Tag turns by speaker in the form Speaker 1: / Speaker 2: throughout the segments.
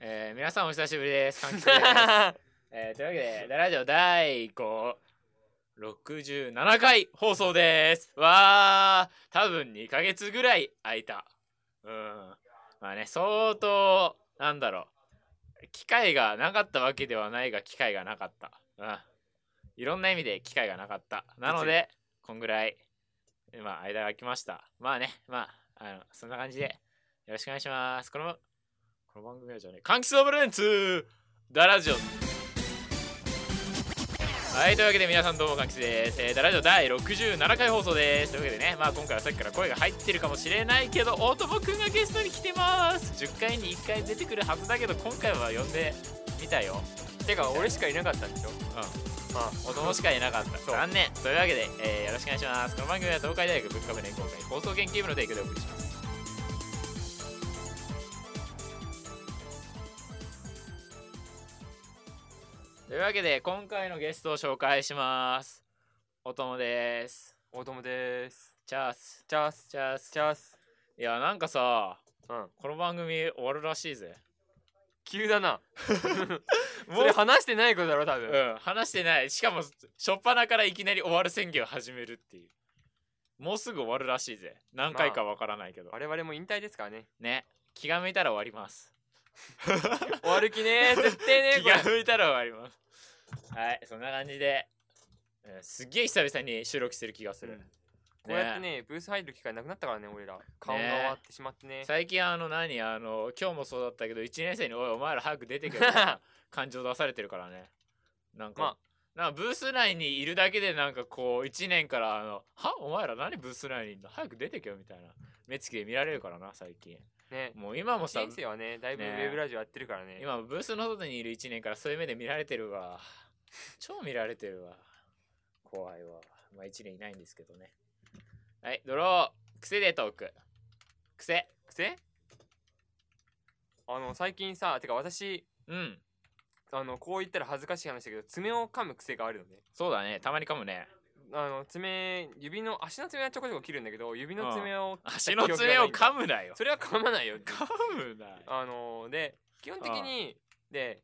Speaker 1: えー、皆さんお久しぶりです。柑橘ですえー、というわけで、ダラジオ第5、67回放送です。わー、多分2ヶ月ぐらい空いた。うん。まあね、相当、なんだろう。機会がなかったわけではないが、機会がなかった。うん。いろんな意味で機会がなかった。なので、こんぐらい、まあ、間が空きました。まあね、まあ、あの、そんな感じで、よろしくお願いします。この、この番組はじゃね、柑橘オブレンツダラジオはい、というわけで皆さんどうも、かんきつです。えー、ダラジオ第67回放送です。というわけでね、まあ今回はさっきから声が入ってるかもしれないけど、大友くんがゲストに来てます。10回に1回出てくるはずだけど、今回は呼んでみたよ。
Speaker 2: てか俺しかいなかったんでしょあ
Speaker 1: お友しかいなかった。
Speaker 2: そう
Speaker 1: 残念。というわけで、えーよろしくお願いします。この番組は東海大学文化部連合会放送研究部の提供でお送りします。というわけで、今回のゲストを紹介します。おともです。
Speaker 2: 大友です
Speaker 1: チャース。
Speaker 2: チャース
Speaker 1: チャース
Speaker 2: チ。ャース
Speaker 1: いや、なんかさ、
Speaker 2: うん
Speaker 1: この番組終わるらしいぜ。
Speaker 2: 急 だな
Speaker 1: も
Speaker 2: そうれ話してないことだろ多分、
Speaker 1: うん、話してない。しかも、初っ端からいきなり終わる宣言を始めるっていう。もうすぐ終わるらしいぜ。何回かわからないけど。
Speaker 2: 我々も引退ですからね
Speaker 1: ね。気が向いたら終わり ます。
Speaker 2: 終わる気ねー絶対ね
Speaker 1: 気
Speaker 2: ーこれ
Speaker 1: が向いたら終わります。はい、そんな感じで。うんすっげえ久々に収録してる気がする。
Speaker 2: うんこうやってねブース入る機会なくなったからね俺ら顔が終わってしまってね
Speaker 1: 最近あの何あの今日もそうだったけど1年生に「おいお前ら早く出て け」みたいな感情出されてるからねなんか、
Speaker 2: ま
Speaker 1: なんかブース内にいるだけでなんかこう1年からあの「はお前ら何ブース内にいんの早く出てけよ」みたいな目つきで見られるからな最近
Speaker 2: ね
Speaker 1: もう今もさ
Speaker 2: 人生はねだいぶウ
Speaker 1: ね
Speaker 2: ェブラジオやってるからね
Speaker 1: 今ブースの外にいる1年からそういう目で見られてるわ超見られてるわ怖いわまあ1年いないんですけどねはいドロー癖でトーク癖
Speaker 2: 癖あの最近さてか私
Speaker 1: うん
Speaker 2: あのこう言ったら恥ずかしい話だけど爪を噛む癖があるのね
Speaker 1: そうだねたまにかも ね
Speaker 2: あの爪指の足の爪はちょこちょこ切るんだけど指の爪を
Speaker 1: 足の爪を噛むなよ。
Speaker 2: それは噛まないよ
Speaker 1: 噛むなよ。
Speaker 2: あのーで基本的にで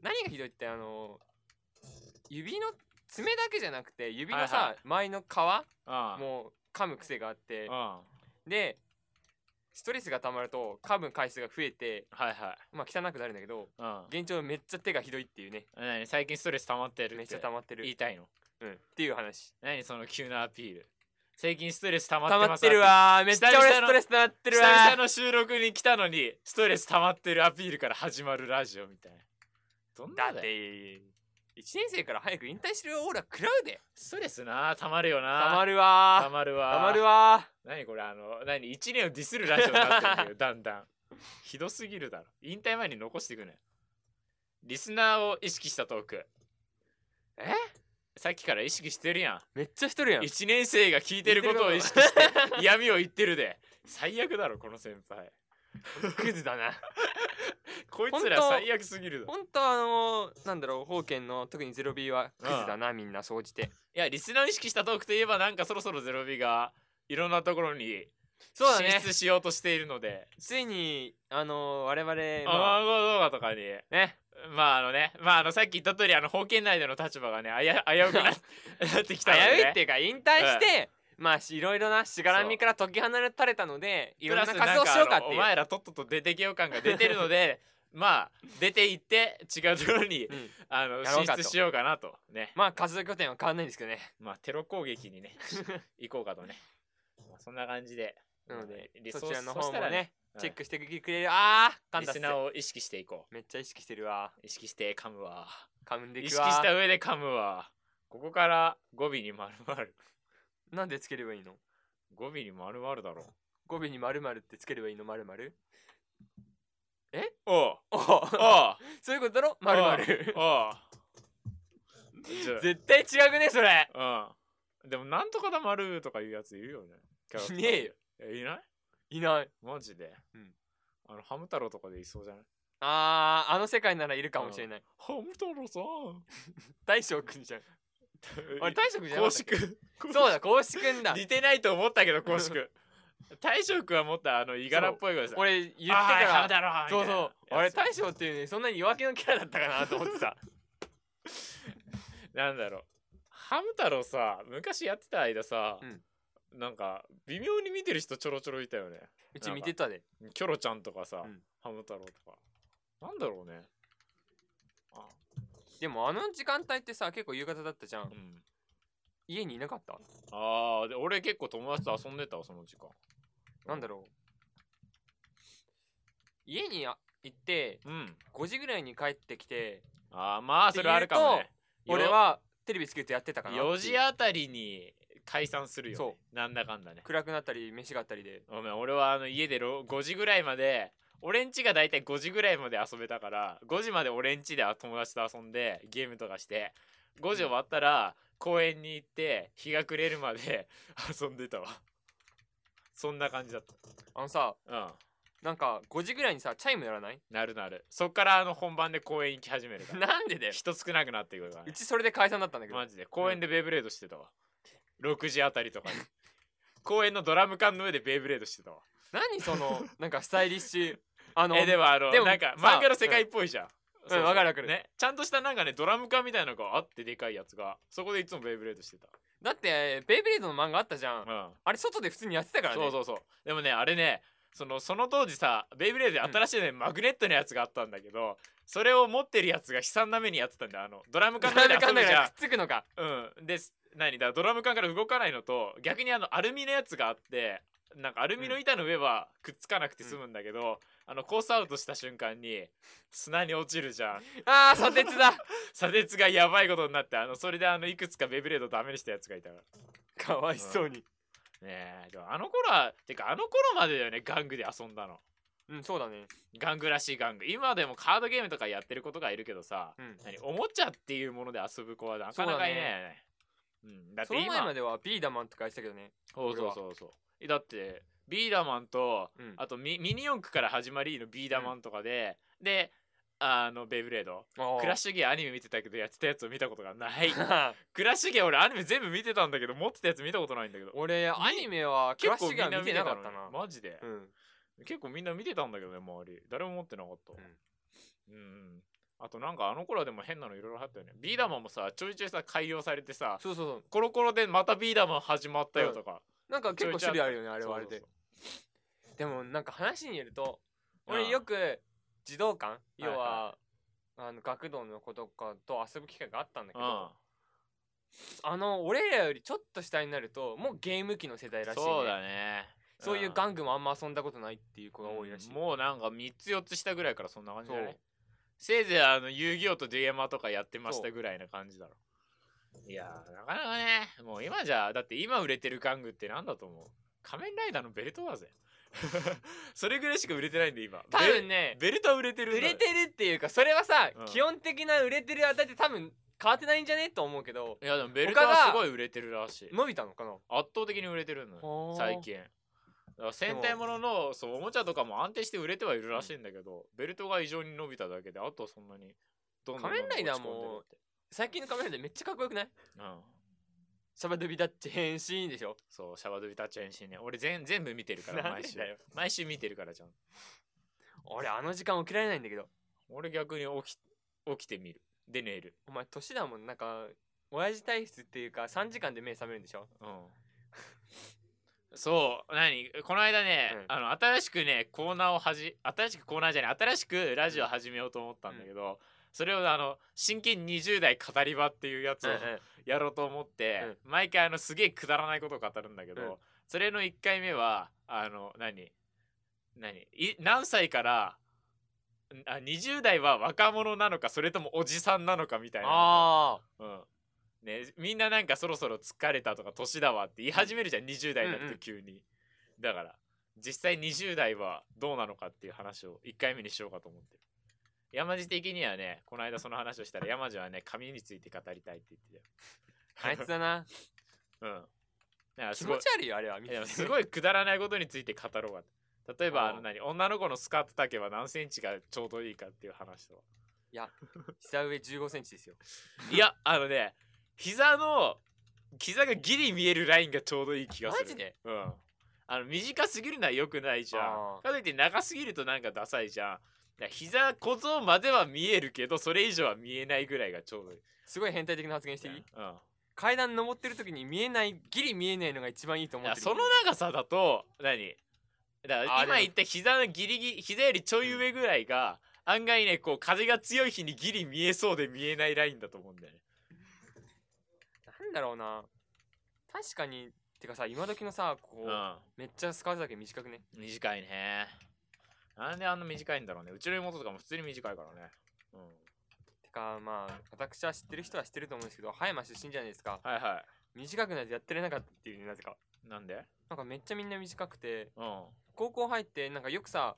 Speaker 2: 何がひどいってあのー指の爪だけじゃなくて指のさ、
Speaker 1: はいは
Speaker 2: 前の皮
Speaker 1: ああ
Speaker 2: も噛む癖があって
Speaker 1: あ
Speaker 2: でストレスがたまると噛む回数が増えて
Speaker 1: あはいはい。
Speaker 2: まあ汚くなるんだけど
Speaker 1: あ
Speaker 2: 現状めっちゃ手がひどいっていうね
Speaker 1: あ何最近ストレス溜まってるって
Speaker 2: めっちゃ溜まって
Speaker 1: 言い
Speaker 2: る、
Speaker 1: たいの
Speaker 2: うん、っていう話
Speaker 1: 何その急なアピール。最近ストレス溜まって
Speaker 2: 溜ま
Speaker 1: ま
Speaker 2: っ
Speaker 1: す
Speaker 2: てるわーめっちゃ俺
Speaker 1: 久々
Speaker 2: ス
Speaker 1: の
Speaker 2: トレス溜まっ
Speaker 1: 久
Speaker 2: てるわー
Speaker 1: 々の収録に来たのにストレス溜まってるアピールから始まるラジオみたいな。どん
Speaker 2: だ
Speaker 1: な
Speaker 2: っ
Speaker 1: だ
Speaker 2: て
Speaker 1: よ
Speaker 2: 1年生から早く引退してるオーラ食らうで
Speaker 1: ストレスな溜まるよな。
Speaker 2: たま
Speaker 1: る
Speaker 2: る
Speaker 1: 溜
Speaker 2: わ
Speaker 1: まる
Speaker 2: ー
Speaker 1: わ。
Speaker 2: たまるわー
Speaker 1: 何これあの何一年をディスるラジオになってるんだ けどだんだんひどすぎるだろ引退前に残していくねリスナーを意識したトーク
Speaker 2: え
Speaker 1: さっきから意識してるや
Speaker 2: めっちゃしてるや
Speaker 1: ん
Speaker 2: ん
Speaker 1: 一年生が聞いてることを意識して嫌味を言ってるで最悪だろこの先輩
Speaker 2: クズだな
Speaker 1: こいつら
Speaker 2: 本当
Speaker 1: 最悪すぎるだろ
Speaker 2: 本当あのーなんだろう封建の特にゼロ B はクズだなみんな総じて
Speaker 1: いやリスナーを意識したトークといえばなんかそろそろゼロビがいろんなところに
Speaker 2: そうだ
Speaker 1: 進
Speaker 2: ね
Speaker 1: 出しようとしているので、
Speaker 2: ついにあのー我々、まあ
Speaker 1: アワード動画とかに
Speaker 2: ね
Speaker 1: まああのね、まああのさっき言った通りあの封建内での立場がね、あや 危うくななってき
Speaker 2: 危
Speaker 1: たので、ね、
Speaker 2: ういっていうか引退して、まあしいろいろなしがらみから解き放たれたのでい
Speaker 1: プ
Speaker 2: ろん
Speaker 1: ラ
Speaker 2: な
Speaker 1: ス
Speaker 2: 活
Speaker 1: なん
Speaker 2: 動をしようかっ
Speaker 1: あの
Speaker 2: て
Speaker 1: お
Speaker 2: いう
Speaker 1: 前らとっとと出てけよ感が出てるので、 まあ出て行って違うところに
Speaker 2: うん
Speaker 1: あの
Speaker 2: やろ
Speaker 1: 進
Speaker 2: うか
Speaker 1: 出
Speaker 2: と
Speaker 1: しようかなとね、
Speaker 2: まあ活動拠点は変わんないんですけどね
Speaker 1: まあテロ攻撃にね 行こうかとね、まあ、そんな感じで、
Speaker 2: なので
Speaker 1: リソ
Speaker 2: そ
Speaker 1: ース
Speaker 2: ちらの
Speaker 1: そ
Speaker 2: 方
Speaker 1: した
Speaker 2: も
Speaker 1: ら
Speaker 2: ね
Speaker 1: うん
Speaker 2: チェックしてくれるあー噛ん
Speaker 1: リ
Speaker 2: だっ
Speaker 1: ス
Speaker 2: す
Speaker 1: ナーを意識していこ
Speaker 2: めっちゃ意識してるわ
Speaker 1: う、意識して噛むわ、
Speaker 2: 噛んで
Speaker 1: 意
Speaker 2: く
Speaker 1: 識し
Speaker 2: わ
Speaker 1: た上で噛むわ、ここから語尾に丸々
Speaker 2: なんでつければいいの
Speaker 1: 語尾に丸々だろ
Speaker 2: 語尾に〇〇ってつければいいの〇〇
Speaker 1: う。おう
Speaker 2: おう
Speaker 1: おう
Speaker 2: そういうことだろ〇〇
Speaker 1: ああ。じゃあ
Speaker 2: 絶対違くねそれ
Speaker 1: うん。でも、なんとかだ丸とかいうやついるよね。キャラクターで
Speaker 2: いねえよ。
Speaker 1: えいない
Speaker 2: いない
Speaker 1: マジで。
Speaker 2: うん
Speaker 1: あの、ハム太郎とかでいそうじゃない
Speaker 2: あーあの世界ならいるかもしれない
Speaker 1: ハム太郎さん。
Speaker 2: 大将くんじゃんあれ大将くんじゃん
Speaker 1: 公式。
Speaker 2: そうだ公式くんだ
Speaker 1: 似てないと思ったけど、公式。大将君はもっとあの、いがらっぽい声さ。、
Speaker 2: 俺言って
Speaker 1: 言って
Speaker 2: か
Speaker 1: からだろみた
Speaker 2: そう
Speaker 1: いな
Speaker 2: そうあれ大将っていうねそんなに弱気のキャラだったかなと思 ってた
Speaker 1: なんだろうハム太郎さ昔やってた間さ、なんか微妙に見てる人ちょろちょろいたよね
Speaker 2: うち見てたで
Speaker 1: キョロちゃんとかさ、
Speaker 2: うん
Speaker 1: ハム太郎とかなんだろうねあ
Speaker 2: でもあの時間帯ってさ結構夕方だったじゃん
Speaker 1: うん
Speaker 2: 家にいなかった
Speaker 1: あーで俺結構友達と遊んでたわその時間
Speaker 2: なんだろう家にあ行って
Speaker 1: うん
Speaker 2: 5時ぐらいに帰ってきて
Speaker 1: あーまあそれあるかもねよ
Speaker 2: 俺はテレビつけてやってたかなっていう
Speaker 1: 4時あたりに解散するよ、ね、
Speaker 2: そ
Speaker 1: なんだかんだね
Speaker 2: 暗くなったり飯があったりで
Speaker 1: ごめん俺はあの家でろ5時ぐらいまで俺ん家がだいたい5時ぐらいまで遊べたから5時まで俺ん家で友達と遊んでゲームとかして5時終わったら公園に行って日が暮れるまで 遊んでたわそんな感じだっ
Speaker 2: あのさ
Speaker 1: たうん
Speaker 2: なんか5時ぐらいにさチャイムやらない
Speaker 1: なるなるそっからあの本番で公園行き始めるから
Speaker 2: なんで だよ
Speaker 1: 人少なくなっていくから、
Speaker 2: う
Speaker 1: ね、
Speaker 2: ちそれで解散だったんだけど
Speaker 1: マジで公園でベイブレードしてたわ6時あたりとかに公園のドラム缶の上でベイブレードしてたわ
Speaker 2: 何 そのなんかスタイリッシュあの
Speaker 1: えでもあの
Speaker 2: でも
Speaker 1: なんか
Speaker 2: さ
Speaker 1: 漫画の世界っぽいじゃん。
Speaker 2: ん
Speaker 1: そうそう
Speaker 2: わかるわかる
Speaker 1: ね、ちゃんとしたなんかねドラム缶みたいなのがあってでかいやつがそこでいつもベイブレードしてた、
Speaker 2: だってベイブレードの漫画あったじゃん
Speaker 1: うん
Speaker 2: あれ外で普通にやってたからね
Speaker 1: そうそうそうでもねあれねそのその当時さベイブレードで新しいね、マグネットのやつがあったんだけどそれを持ってるやつが悲惨な目にやってたんだよあのドラム缶の
Speaker 2: な
Speaker 1: 上で
Speaker 2: んだか
Speaker 1: 遊
Speaker 2: んだ
Speaker 1: ぶじ
Speaker 2: から
Speaker 1: ゃ
Speaker 2: くっつくのか
Speaker 1: ん、うん、です何だドラム缶から動かないのと逆にあのアルミのやつがあってなんかアルミの板の上はくっつかなくて済むんだけど、あのコースアウトした瞬間に砂に落ちるじゃん
Speaker 2: ああ砂鉄だ
Speaker 1: 砂鉄がやばいことになってあのそれであのいくつかベイブレードダメにしたやつがいたから
Speaker 2: かわいそうに
Speaker 1: ねえでもあの頃はてかあの頃までだよね玩具で遊んだの
Speaker 2: うんそうだね
Speaker 1: 玩具らしい玩具今でもカードゲームとかやってることがいるけどさ
Speaker 2: うん
Speaker 1: 何おもちゃっていうもので遊ぶ子はなかなかいないよねうんだっ
Speaker 2: そ
Speaker 1: て
Speaker 2: の
Speaker 1: 今
Speaker 2: 前まではビーダマンとかやってたけどね
Speaker 1: そう
Speaker 2: 俺
Speaker 1: そう
Speaker 2: は
Speaker 1: そうそうえだってビーダマンと
Speaker 2: うん
Speaker 1: あとミミニ四駆から始まりのビーダマンとかで、であのベイブレードクラッ
Speaker 2: シ
Speaker 1: シュギアアニメ見てたけどやってたやつを見たことが ない
Speaker 2: ュ
Speaker 1: クラッシュゲー俺アニメ全部見てたんだけど持ってたやつ見たことないんだけど
Speaker 2: 俺アニメはクラッシュギア見てなかっ
Speaker 1: 結構
Speaker 2: た
Speaker 1: みん
Speaker 2: な
Speaker 1: のねマジで
Speaker 2: う、ん
Speaker 1: 結構みんな見てたんだけどね周り誰も持ってなかったうん、うん、あとなんかあの頃はでも変なのいろいろあったよねビーダマンもさちょいちょいさ改良されてさ
Speaker 2: そうそうそう
Speaker 1: コロコロでまたビーダマン始まったよとか、
Speaker 2: なんか結構種類あるよねあれはあれ
Speaker 1: そう
Speaker 2: で
Speaker 1: そう
Speaker 2: でもなんか話によると
Speaker 1: うん
Speaker 2: 俺よく児童館
Speaker 1: い
Speaker 2: 要
Speaker 1: はい
Speaker 2: はあの学童の子とかと遊ぶ機会があったんだけ
Speaker 1: そう
Speaker 2: どあの俺らよりちょっと下になるともうゲーム機の世代
Speaker 1: う
Speaker 2: ら
Speaker 1: ん
Speaker 2: しいね
Speaker 1: そうだね
Speaker 2: そういう玩具もあんま遊んだことないっていう子が
Speaker 1: が
Speaker 2: 多いらしい
Speaker 1: もうなんか3つ4つしたぐらいからそんな感じだ
Speaker 2: そう
Speaker 1: ねせいぜいあの遊戯王とデュエマとかやってましたぐらいな感じだろいやーなかなかねもう今じゃだって今売れてる玩具ってなんだと思う仮面ライダーのベルトだぜ それぐらいしか売れてないんで今
Speaker 2: 多分ね
Speaker 1: ベルベルトは売れてるんだ
Speaker 2: 売
Speaker 1: ね
Speaker 2: れてるっていうかそれはさ、
Speaker 1: うん
Speaker 2: 基本的な売れてるあたりって多分変わってないんじゃねと思うけど
Speaker 1: いやでもベルトは
Speaker 2: 他が
Speaker 1: すごい売れてるらしい
Speaker 2: 伸びたのかな
Speaker 1: 圧倒的に売れてるのよ
Speaker 2: ほー
Speaker 1: 最近だから戦隊もののそうおもちゃとかも安定して売れてはいるらしいんだけど、ベルトが異常に伸びただけであとはそんなにどんどんどんどん
Speaker 2: 仮面ライダーも
Speaker 1: 落ち込んでるって
Speaker 2: 最近のカメラでめっちゃかっこよくない
Speaker 1: うん
Speaker 2: シャバドゥビダッチ変身でしょ
Speaker 1: そうシャバドゥビタッチ変身ね俺全全部見てるから
Speaker 2: なん
Speaker 1: 毎
Speaker 2: で
Speaker 1: 週
Speaker 2: だよ
Speaker 1: 毎週見てるからじゃん
Speaker 2: 俺あの時間起きられないんだけど
Speaker 1: 俺逆に起き起きてみるで寝る
Speaker 2: お前年だもんなんか親父体質っていうか3時間で目覚めるんでしょ
Speaker 1: うんそう何この間ね、
Speaker 2: うん
Speaker 1: あの新しくねコーナーをはじ新しくコーナーじゃない新しくラジオ始めようと思ったんだけど、それをあの真剣20代語り場っていうやつをやろうと思って、毎回あのすげえくだらないことを語るんだけど、
Speaker 2: うん
Speaker 1: それの1回目はあの何何い何歳からんあ20代は若者なのかそれともおじさんなのかみたいな、
Speaker 2: あ
Speaker 1: うんね、みんななんかそろそろ疲れたとか年だわって言い始めるじゃん20代にな
Speaker 2: うんう
Speaker 1: ると
Speaker 2: ん
Speaker 1: 急に、だから実際20代はどうなのかっていう話を1回目にしようかと思ってる山地的にはねこの間その話をしたら山地はね髪について語りたいって言ってたよ
Speaker 2: ああいつだな
Speaker 1: うん。だから
Speaker 2: 気
Speaker 1: すご
Speaker 2: 持
Speaker 1: い
Speaker 2: ち、悪いよあれは見
Speaker 1: い
Speaker 2: て
Speaker 1: や
Speaker 2: て
Speaker 1: すごいくだらないことについて語ろうが。例え
Speaker 2: あ
Speaker 1: ば、
Speaker 2: あ
Speaker 1: あの何、女の子のスカート丈は何センチがちょうどいいかっていう話と。
Speaker 2: 膝上1 5センチですよ
Speaker 1: いや、あのね、膝の、膝がギリ見えるラインがちょうどいい気がする。
Speaker 2: マジで
Speaker 1: うん。あの短すぎるのは良くないじゃ
Speaker 2: あ
Speaker 1: ん
Speaker 2: ー
Speaker 1: かといって長すぎるとなんかダサいじゃんだから膝小僧までは見えるけどそれ以上は見えないぐらいがちょうどいい
Speaker 2: すごい変態的な発言していい
Speaker 1: うん
Speaker 2: 階段登ってる時に見えないギリ見えないのが一番いいと
Speaker 1: い
Speaker 2: 思っ
Speaker 1: や
Speaker 2: てる
Speaker 1: その長さだと何だから
Speaker 2: あでも
Speaker 1: 今言った膝のギリギリ膝よりちょい上ぐらいが案外ねこう風が強い日にギリ見えそうで見えないラインだと思うんだよね
Speaker 2: なんだろうな確かにてかさ今時のさこう、
Speaker 1: う
Speaker 2: めっちゃスカートだけ短くね
Speaker 1: ん短いねなんであんな短いんだろうねうちの妹とかも普通に短いからねうん
Speaker 2: てかまあ私は知ってる人は知ってると思うんですけど葉山出身じゃないですか
Speaker 1: はいは
Speaker 2: 短くないとやってられなかったっていうねなぜか
Speaker 1: いなんで
Speaker 2: なんかめっちゃみんな短くて
Speaker 1: うん
Speaker 2: 高校入ってなんかよくさ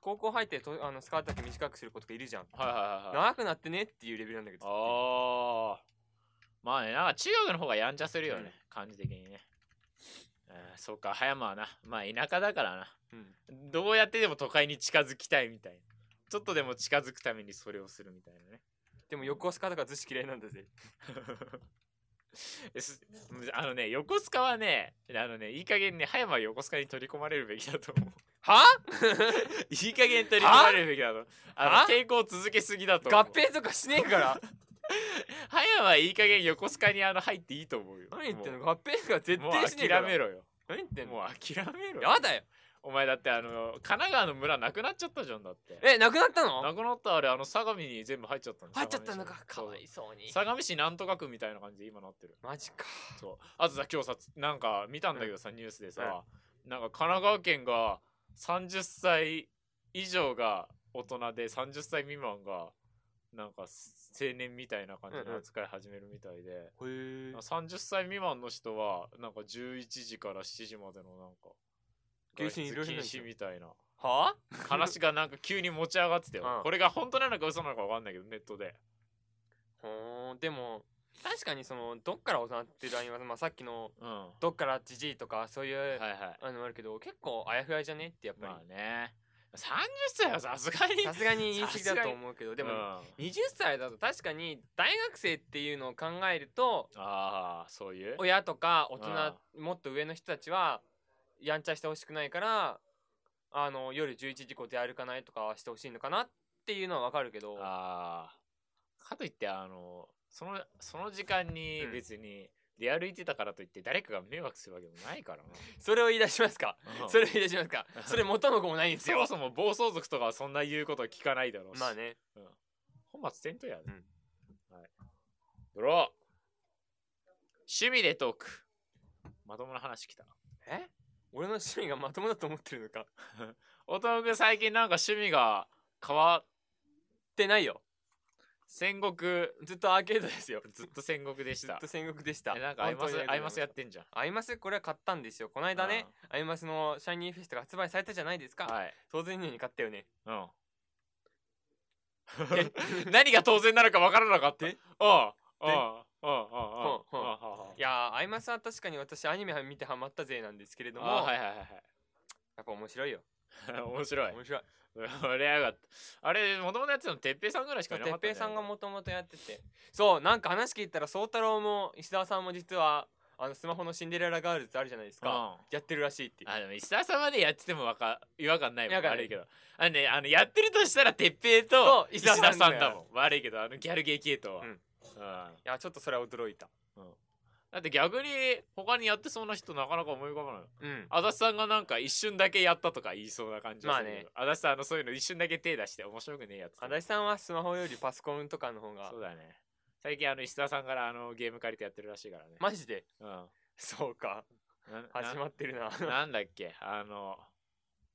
Speaker 2: 高校入ってとあのスカートだけ短くする子とかいるじゃん
Speaker 1: はいはいはいはい。
Speaker 2: 長くなってねっていうレベルなんだけど
Speaker 1: ああ。まあね、なんか中学の方がやんちゃするよね、感じ的にね。えーそうか、葉山はな。まあ田舎だからな。
Speaker 2: うん
Speaker 1: どうやってでも都会に近づきたいみたいな。ちょっとでも近づくためにそれをするみたいなね。
Speaker 2: でも横スカートがずし嫌いなんだぜ
Speaker 1: ですあのね、横須賀はね、あのね、いい加減ね、葉山は横須賀に取り込まれるべきだと思う。
Speaker 2: は
Speaker 1: いい加減取り込まれるべきだと思う。あ
Speaker 2: は
Speaker 1: の抵抗を続けすぎだと思う。
Speaker 2: 合併とかしねえから
Speaker 1: 葉山はいい加減横須賀にあの入っていいと思うよ。
Speaker 2: 何言ってん
Speaker 1: も
Speaker 2: の合併とか
Speaker 1: う
Speaker 2: 絶
Speaker 1: もう
Speaker 2: 対しねえから
Speaker 1: 諦めろよ。
Speaker 2: 何言ってんの
Speaker 1: もう諦めろよ。
Speaker 2: やだよ
Speaker 1: お前だってあの神奈川の村なくなっちゃったじゃんだって。
Speaker 2: えなくなったの
Speaker 1: なくなったあれあの相模に全部入っちゃったの。
Speaker 2: 入っちゃったのか
Speaker 1: 相
Speaker 2: か
Speaker 1: 模市
Speaker 2: わいそうに
Speaker 1: そう相模市なんとか区みたいな感じで今なってる。
Speaker 2: マジか
Speaker 1: そう。あとさ今日さなんか見たんだけどさ、ニュースでさ、なんか神奈川県が30歳以上が大人で30歳未満がなんか青年みたいな感じの扱い始めるみたいで。
Speaker 2: へえ
Speaker 1: あ30歳未満の人はなんか11時から7時までのなんか
Speaker 2: 禁
Speaker 1: 外出
Speaker 2: 止いろいろなんでし
Speaker 1: 禁
Speaker 2: ょ
Speaker 1: 止みたいな
Speaker 2: は
Speaker 1: 話がなんか急に持ち上がってたよ、
Speaker 2: うん
Speaker 1: これが本当なのか嘘なのか分かんないけどネットで
Speaker 2: ほーんでも確かにそのどっから大人っていうラインは、まあ、さっきの
Speaker 1: うんは
Speaker 2: どっからじじいとかそういう、
Speaker 1: いはい
Speaker 2: あのあるけど結構あやふやじゃねってやっ
Speaker 1: ま
Speaker 2: ぱ
Speaker 1: あね30歳はさすがに
Speaker 2: りさすがに言い過
Speaker 1: さ
Speaker 2: ぎだ
Speaker 1: すが
Speaker 2: と
Speaker 1: に
Speaker 2: 思うけどでも、
Speaker 1: うん
Speaker 2: 20歳だと確かに大学生っていうのを考えると
Speaker 1: ああそういう
Speaker 2: 親とか大人、もっと上の人たちはやんちゃしてほしくないからあの夜11時以降出歩かないとかはしてほしいのかなっていうのはわかるけど
Speaker 1: ああかといってあのそのその時間に
Speaker 2: うん
Speaker 1: 別に出歩いてたからといって誰かが迷惑するわけもないからな、
Speaker 2: それを言い出しますか
Speaker 1: うん
Speaker 2: それを言い出します かそれ元の子もないんです
Speaker 1: そ
Speaker 2: よ
Speaker 1: もそも暴走族とかはそんな言うことは聞かないだろうし
Speaker 2: まあね
Speaker 1: 本末転倒やね、
Speaker 2: うん
Speaker 1: はいドロー趣味でトークまともな話きた
Speaker 2: え俺の趣味がまともだと思ってるのかっ
Speaker 1: おとく最近なんか趣味が変わ
Speaker 2: てないよ
Speaker 1: 戦国
Speaker 2: ずっとアーケードですよ
Speaker 1: ずっと戦国でし
Speaker 2: ずったと戦国でした
Speaker 1: えなんかアイマスアイマスや
Speaker 2: っ
Speaker 1: ってんじゃん
Speaker 2: アイマスこれは買ったんですよこの間ねアイマスのシャイニーフェストが発売されたじゃないですか、
Speaker 1: はい
Speaker 2: 当然のように買った よね
Speaker 1: うん何が当然なのかわからなかった
Speaker 2: で
Speaker 1: ああ
Speaker 2: で
Speaker 1: あああああ
Speaker 2: ほうほう
Speaker 1: あああ
Speaker 2: いやーアイマスは確かに私アニメ見てハマったぜなんですけれども、
Speaker 1: あはい
Speaker 2: や
Speaker 1: はいはい
Speaker 2: っぱ面白いよ
Speaker 1: はい 面白い
Speaker 2: 面白い
Speaker 1: あれやがったあれもともとやってたのてっぺいさんぐらいしかいなか
Speaker 2: 哲
Speaker 1: った
Speaker 2: 平さんが
Speaker 1: も
Speaker 2: もともとやっててそうなんか話聞いたら宗太郎も石澤さんも実はあのスマホのシンデレラガールズあるじゃないですか、
Speaker 1: うん
Speaker 2: やってるらしいって
Speaker 1: あでも石沢さんまでやっててもわか違和感ないも
Speaker 2: 違
Speaker 1: ん
Speaker 2: 和感な
Speaker 1: 悪
Speaker 2: い
Speaker 1: いけどあのねあのやってるとしたら鉄平と
Speaker 2: と
Speaker 1: 石
Speaker 2: 石
Speaker 1: 田
Speaker 2: 田
Speaker 1: さ
Speaker 2: さ
Speaker 1: ん
Speaker 2: んだよ
Speaker 1: だもん悪いけどあのギャルゲー系統は、
Speaker 2: う
Speaker 1: うんん
Speaker 2: いやちょっとそれは驚いた
Speaker 1: だって逆に他にやってそうな人なかなか思い浮かばない
Speaker 2: うん
Speaker 1: 足立さんがなんか一瞬だけやったとか言いそうな感じがするけど足立さんあのそういうの一瞬だけ手出して面白くねえやつ
Speaker 2: 足立さんはスマホよりパソコンとかの方が
Speaker 1: そうだね最近あの石田さんからあのゲーム借りてやってるらしいからね、
Speaker 2: マジで
Speaker 1: う
Speaker 2: そうか
Speaker 1: んな
Speaker 2: 始まって るな
Speaker 1: ななんだっけあの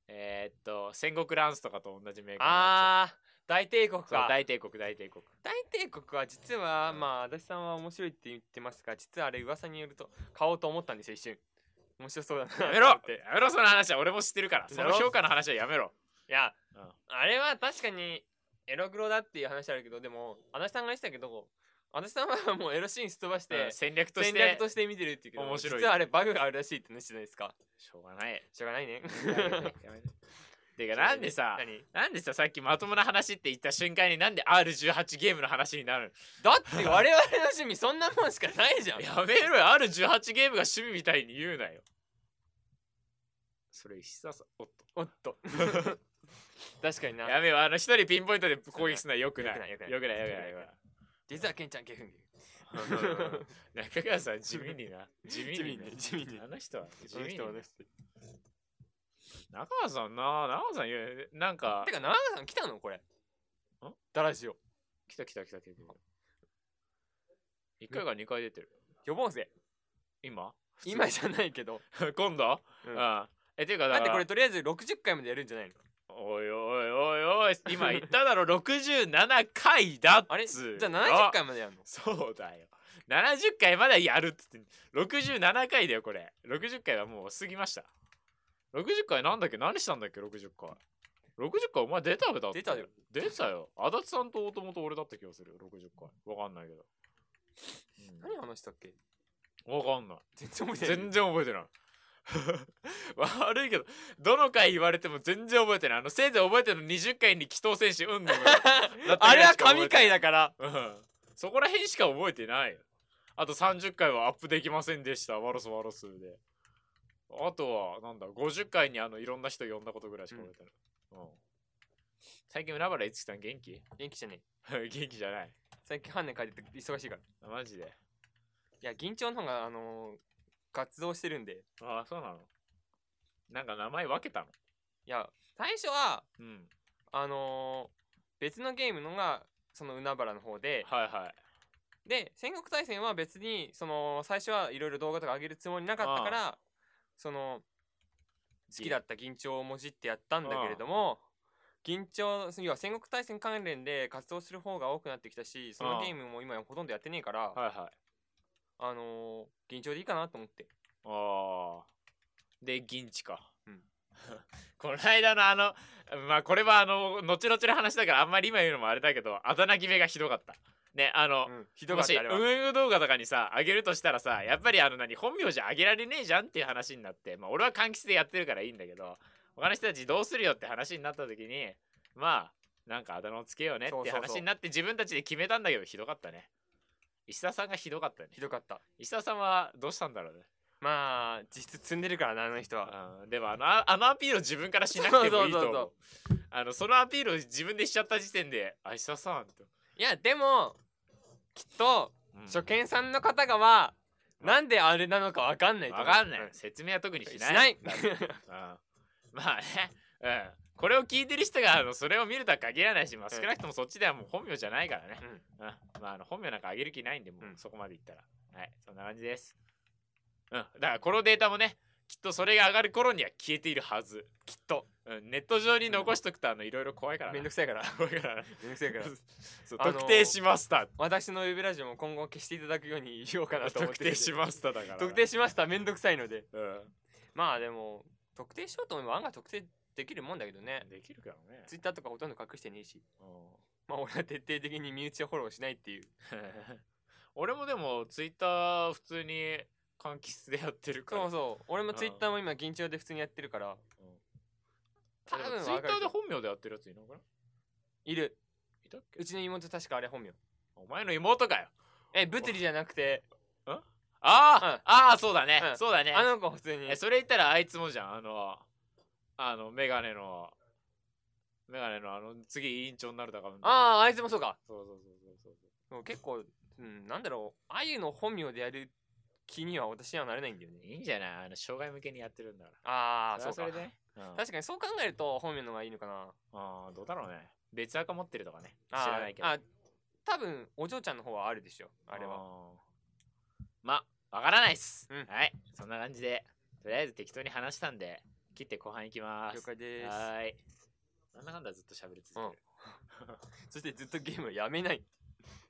Speaker 1: えー、っと戦国ランスとかと同じメーカーのや
Speaker 2: あー大帝国
Speaker 1: つそう
Speaker 2: か大
Speaker 1: 大帝国大帝 国
Speaker 2: 帝国は実はまあ足立さんは面白いって言ってますが実はあれ噂によると買おうと思ったんですよ一瞬面白そうだな
Speaker 1: やめろや
Speaker 2: って
Speaker 1: めろその話は俺も知ってるからそ
Speaker 2: や
Speaker 1: の
Speaker 2: ろ
Speaker 1: 評価の話はやめろ
Speaker 2: いや、
Speaker 1: うん
Speaker 2: あれは確かにエログロだっていう話あるけどでも足立さんが言ってたけど足立さんはもうエロシーンすっ飛ばし
Speaker 1: で
Speaker 2: て
Speaker 1: 戦略とし
Speaker 2: 戦
Speaker 1: て
Speaker 2: 略として見てるっていうけど
Speaker 1: 面白い
Speaker 2: 実はあれバグがあるらしいって話じゃないですか
Speaker 1: しょうがない
Speaker 2: しょうがな いね
Speaker 1: やめてや めててかなんでさ
Speaker 2: 何
Speaker 1: なんでささっきまともな話って言った瞬間になんで R18 ゲームの話になる
Speaker 2: だって我々の趣味そんなもんしかないじゃん
Speaker 1: のやめろよ R18 ゲームが趣味みたいに言うなよそれ石澤さんおっと
Speaker 2: おっと確かに
Speaker 1: や
Speaker 2: な
Speaker 1: めよあの一人ピンポイントで攻撃するのはよくない
Speaker 2: よ
Speaker 1: よ
Speaker 2: く
Speaker 1: くな
Speaker 2: な
Speaker 1: いい
Speaker 2: よ
Speaker 1: よ
Speaker 2: く
Speaker 1: く
Speaker 2: な
Speaker 1: ないい
Speaker 2: 実はケンちゃんゲフンゲ
Speaker 1: よく ない中川さん地味にな地味にな
Speaker 2: 地味に地味に
Speaker 1: あの人は地味に
Speaker 2: 人
Speaker 1: な
Speaker 2: はね
Speaker 1: 中川さんな中川さん言うなんか
Speaker 2: てか奈良さん来たのこれダラジオ
Speaker 1: 来た来た来た来た来た1回か2回出てる
Speaker 2: 呼ぼうぜ
Speaker 1: 今
Speaker 2: 今じゃないけど
Speaker 1: 今度、
Speaker 2: う
Speaker 1: うんん、えていうかだ
Speaker 2: だっ
Speaker 1: か
Speaker 2: て
Speaker 1: ら
Speaker 2: これとりあえず60回までやるんじゃないの
Speaker 1: おいおいおいおい今言っただ ろ67回だっつ
Speaker 2: あれじゃ
Speaker 1: う
Speaker 2: あ70回までやるの
Speaker 1: そうだよ70回まだやるっつって67回だよこれ60回はもう過ぎました60回なんだっけ何したんだっけ60回60回お前出たよだって
Speaker 2: 出たよ
Speaker 1: 出たよ足立さんと大友と俺だった気がする60回わかんないけど、
Speaker 2: 何話したっけ
Speaker 1: うん、わかんない
Speaker 2: 全然覚えてない
Speaker 1: 全然覚えてない 悪いけどどの回言われても全然覚えてないあのせいぜい覚えてるの20回に祈祷選手うんぬん
Speaker 2: あれは神回だから
Speaker 1: うんそこら辺しか覚えてないよあと30回はアップできませんでしたワロスワロスであとはなんだ50回にあのいろんな人呼んだことぐらいしか覚えてない、うん最近海原いつきさん元気
Speaker 2: 元気じゃねえ
Speaker 1: 元気じゃない
Speaker 2: 最近犯人書いてて忙しいからい
Speaker 1: あマジで
Speaker 2: や銀蝶の方があのー活動してるんで
Speaker 1: ああそうなのなんか名前分けたの
Speaker 2: いや最初は
Speaker 1: うん
Speaker 2: あのー別のゲームのがその海原の方で
Speaker 1: はいはい
Speaker 2: で戦国大戦は別にその最初はいろいろ動画とか上げるつもりなかったからその好きだった銀蝶をもじってやったんだけれども銀蝶要は戦国大戦関連で活動する方が多くなってきたしその
Speaker 1: ああ
Speaker 2: ゲームも今ほとんどやってねえから
Speaker 1: はいはい
Speaker 2: あのー銀蝶でいいかなと思って
Speaker 1: ああで銀地か、
Speaker 2: うん
Speaker 1: この間のあのまあこれはあの後々の話だからあんまり今言うのもあれだけどあだ名決めがひどかったねあの、
Speaker 2: うんひ
Speaker 1: ひ
Speaker 2: ど
Speaker 1: ど
Speaker 2: か
Speaker 1: か
Speaker 2: っ
Speaker 1: ったた
Speaker 2: あれ
Speaker 1: も
Speaker 2: は
Speaker 1: しウェブ動画とかにさあげるとしたらさやっぱりあの何本名じゃあげられねえじゃんっていう話になってまあ俺は柑橘でやってるからいいんだけど他の人たちどうするよって話になった時にまあなんかあだ名をつけようね
Speaker 2: そう
Speaker 1: って
Speaker 2: そうそう
Speaker 1: 話になって自分たちで決めたんだけどひどかったね石田さんがひどかったね
Speaker 2: ひどかった
Speaker 1: 石田さんはどうしたんだろうね
Speaker 2: まあ実質積んでるからなあの人は
Speaker 1: うんでもあのああのアピールを自分からしなくてもいいと思
Speaker 2: そう
Speaker 1: う
Speaker 2: そうそう
Speaker 1: あのそのアピールを自分でしちゃった時点で「あ石田さん」と、
Speaker 2: いやでもきっと
Speaker 1: うん
Speaker 2: 初見さんの方がは
Speaker 1: うん
Speaker 2: なんであれなのかわかんないと
Speaker 1: わ
Speaker 2: 思う
Speaker 1: かんな
Speaker 2: う
Speaker 1: い説明は特にし
Speaker 2: し
Speaker 1: ない
Speaker 2: ない
Speaker 1: うんまあね、うん、これを聞いてる人があのそれを見るとは限らないし、まあ、
Speaker 2: うん
Speaker 1: 少なくともそっちではもう本名じゃないからね、
Speaker 2: うん
Speaker 1: うんまあ、あの本名なんかあげる気ないんでもう
Speaker 2: うん
Speaker 1: そこまでいったら、はいそんな感じです、うん、だからこのデータもねきっとそれが上がる頃には消えているはずきっと、うん、ネット上に残しとくとあのいろいろ怖いからな
Speaker 2: めんどくさいから
Speaker 1: 怖いからな
Speaker 2: めんどくさいから
Speaker 1: そう
Speaker 2: あのー
Speaker 1: 特定しました
Speaker 2: 私のウェブラジオも今後消していただくようにしようかなと思っ
Speaker 1: 特
Speaker 2: てるんで
Speaker 1: 定しましただから
Speaker 2: 特定しましためんどくさいので
Speaker 1: う
Speaker 2: まあでも特定しようと思えば案外特定できるもんだけどね
Speaker 1: んできるからね
Speaker 2: ツイッターとかほとんど隠してねえし
Speaker 1: うん
Speaker 2: まあ俺は徹底的に身内をフォローしないっていう
Speaker 1: 俺もでもツイッター普通に柑橘でやってるから
Speaker 2: そうそう俺もツイッターも今緊張で普通にやってるから
Speaker 1: 多
Speaker 2: 多分
Speaker 1: 分
Speaker 2: わかる
Speaker 1: ツイッターで本名でやってるやついなくない
Speaker 2: いる
Speaker 1: いたっけ
Speaker 2: うちの妹確かあれ本名
Speaker 1: お前の妹かよ
Speaker 2: え物理じゃなくて
Speaker 1: ああ、ああそうだね、
Speaker 2: うん
Speaker 1: そうだね
Speaker 2: あの子は普通に
Speaker 1: えそれ言ったらあいつもじゃんあのあのメガネのメガネのあの次委員長になるだから
Speaker 2: あ
Speaker 1: あ
Speaker 2: ああいつもそうか
Speaker 1: そうそうそうそうそう
Speaker 2: もう結構、うん、なんだろうあゆの本名でやる気には私にはなれないんだよね
Speaker 1: いいんじゃないあの障害向けにやってるんだから
Speaker 2: ああそう
Speaker 1: れ
Speaker 2: か
Speaker 1: はそれで、うん
Speaker 2: 確かにそう考えると本名の方がいいのかな
Speaker 1: ああどうだろうね別垢持ってるとかね知
Speaker 2: あー
Speaker 1: らないけど
Speaker 2: あ多分お嬢ちゃんの方はあるでしょあれは
Speaker 1: はまあわからないっす、
Speaker 2: うん
Speaker 1: はいそんな感じでとりあえず適当に話したんで切って後半いきます
Speaker 2: 了解です
Speaker 1: はーいなんだかんだずっと喋り続ける、
Speaker 2: そしてずっとゲームをやめない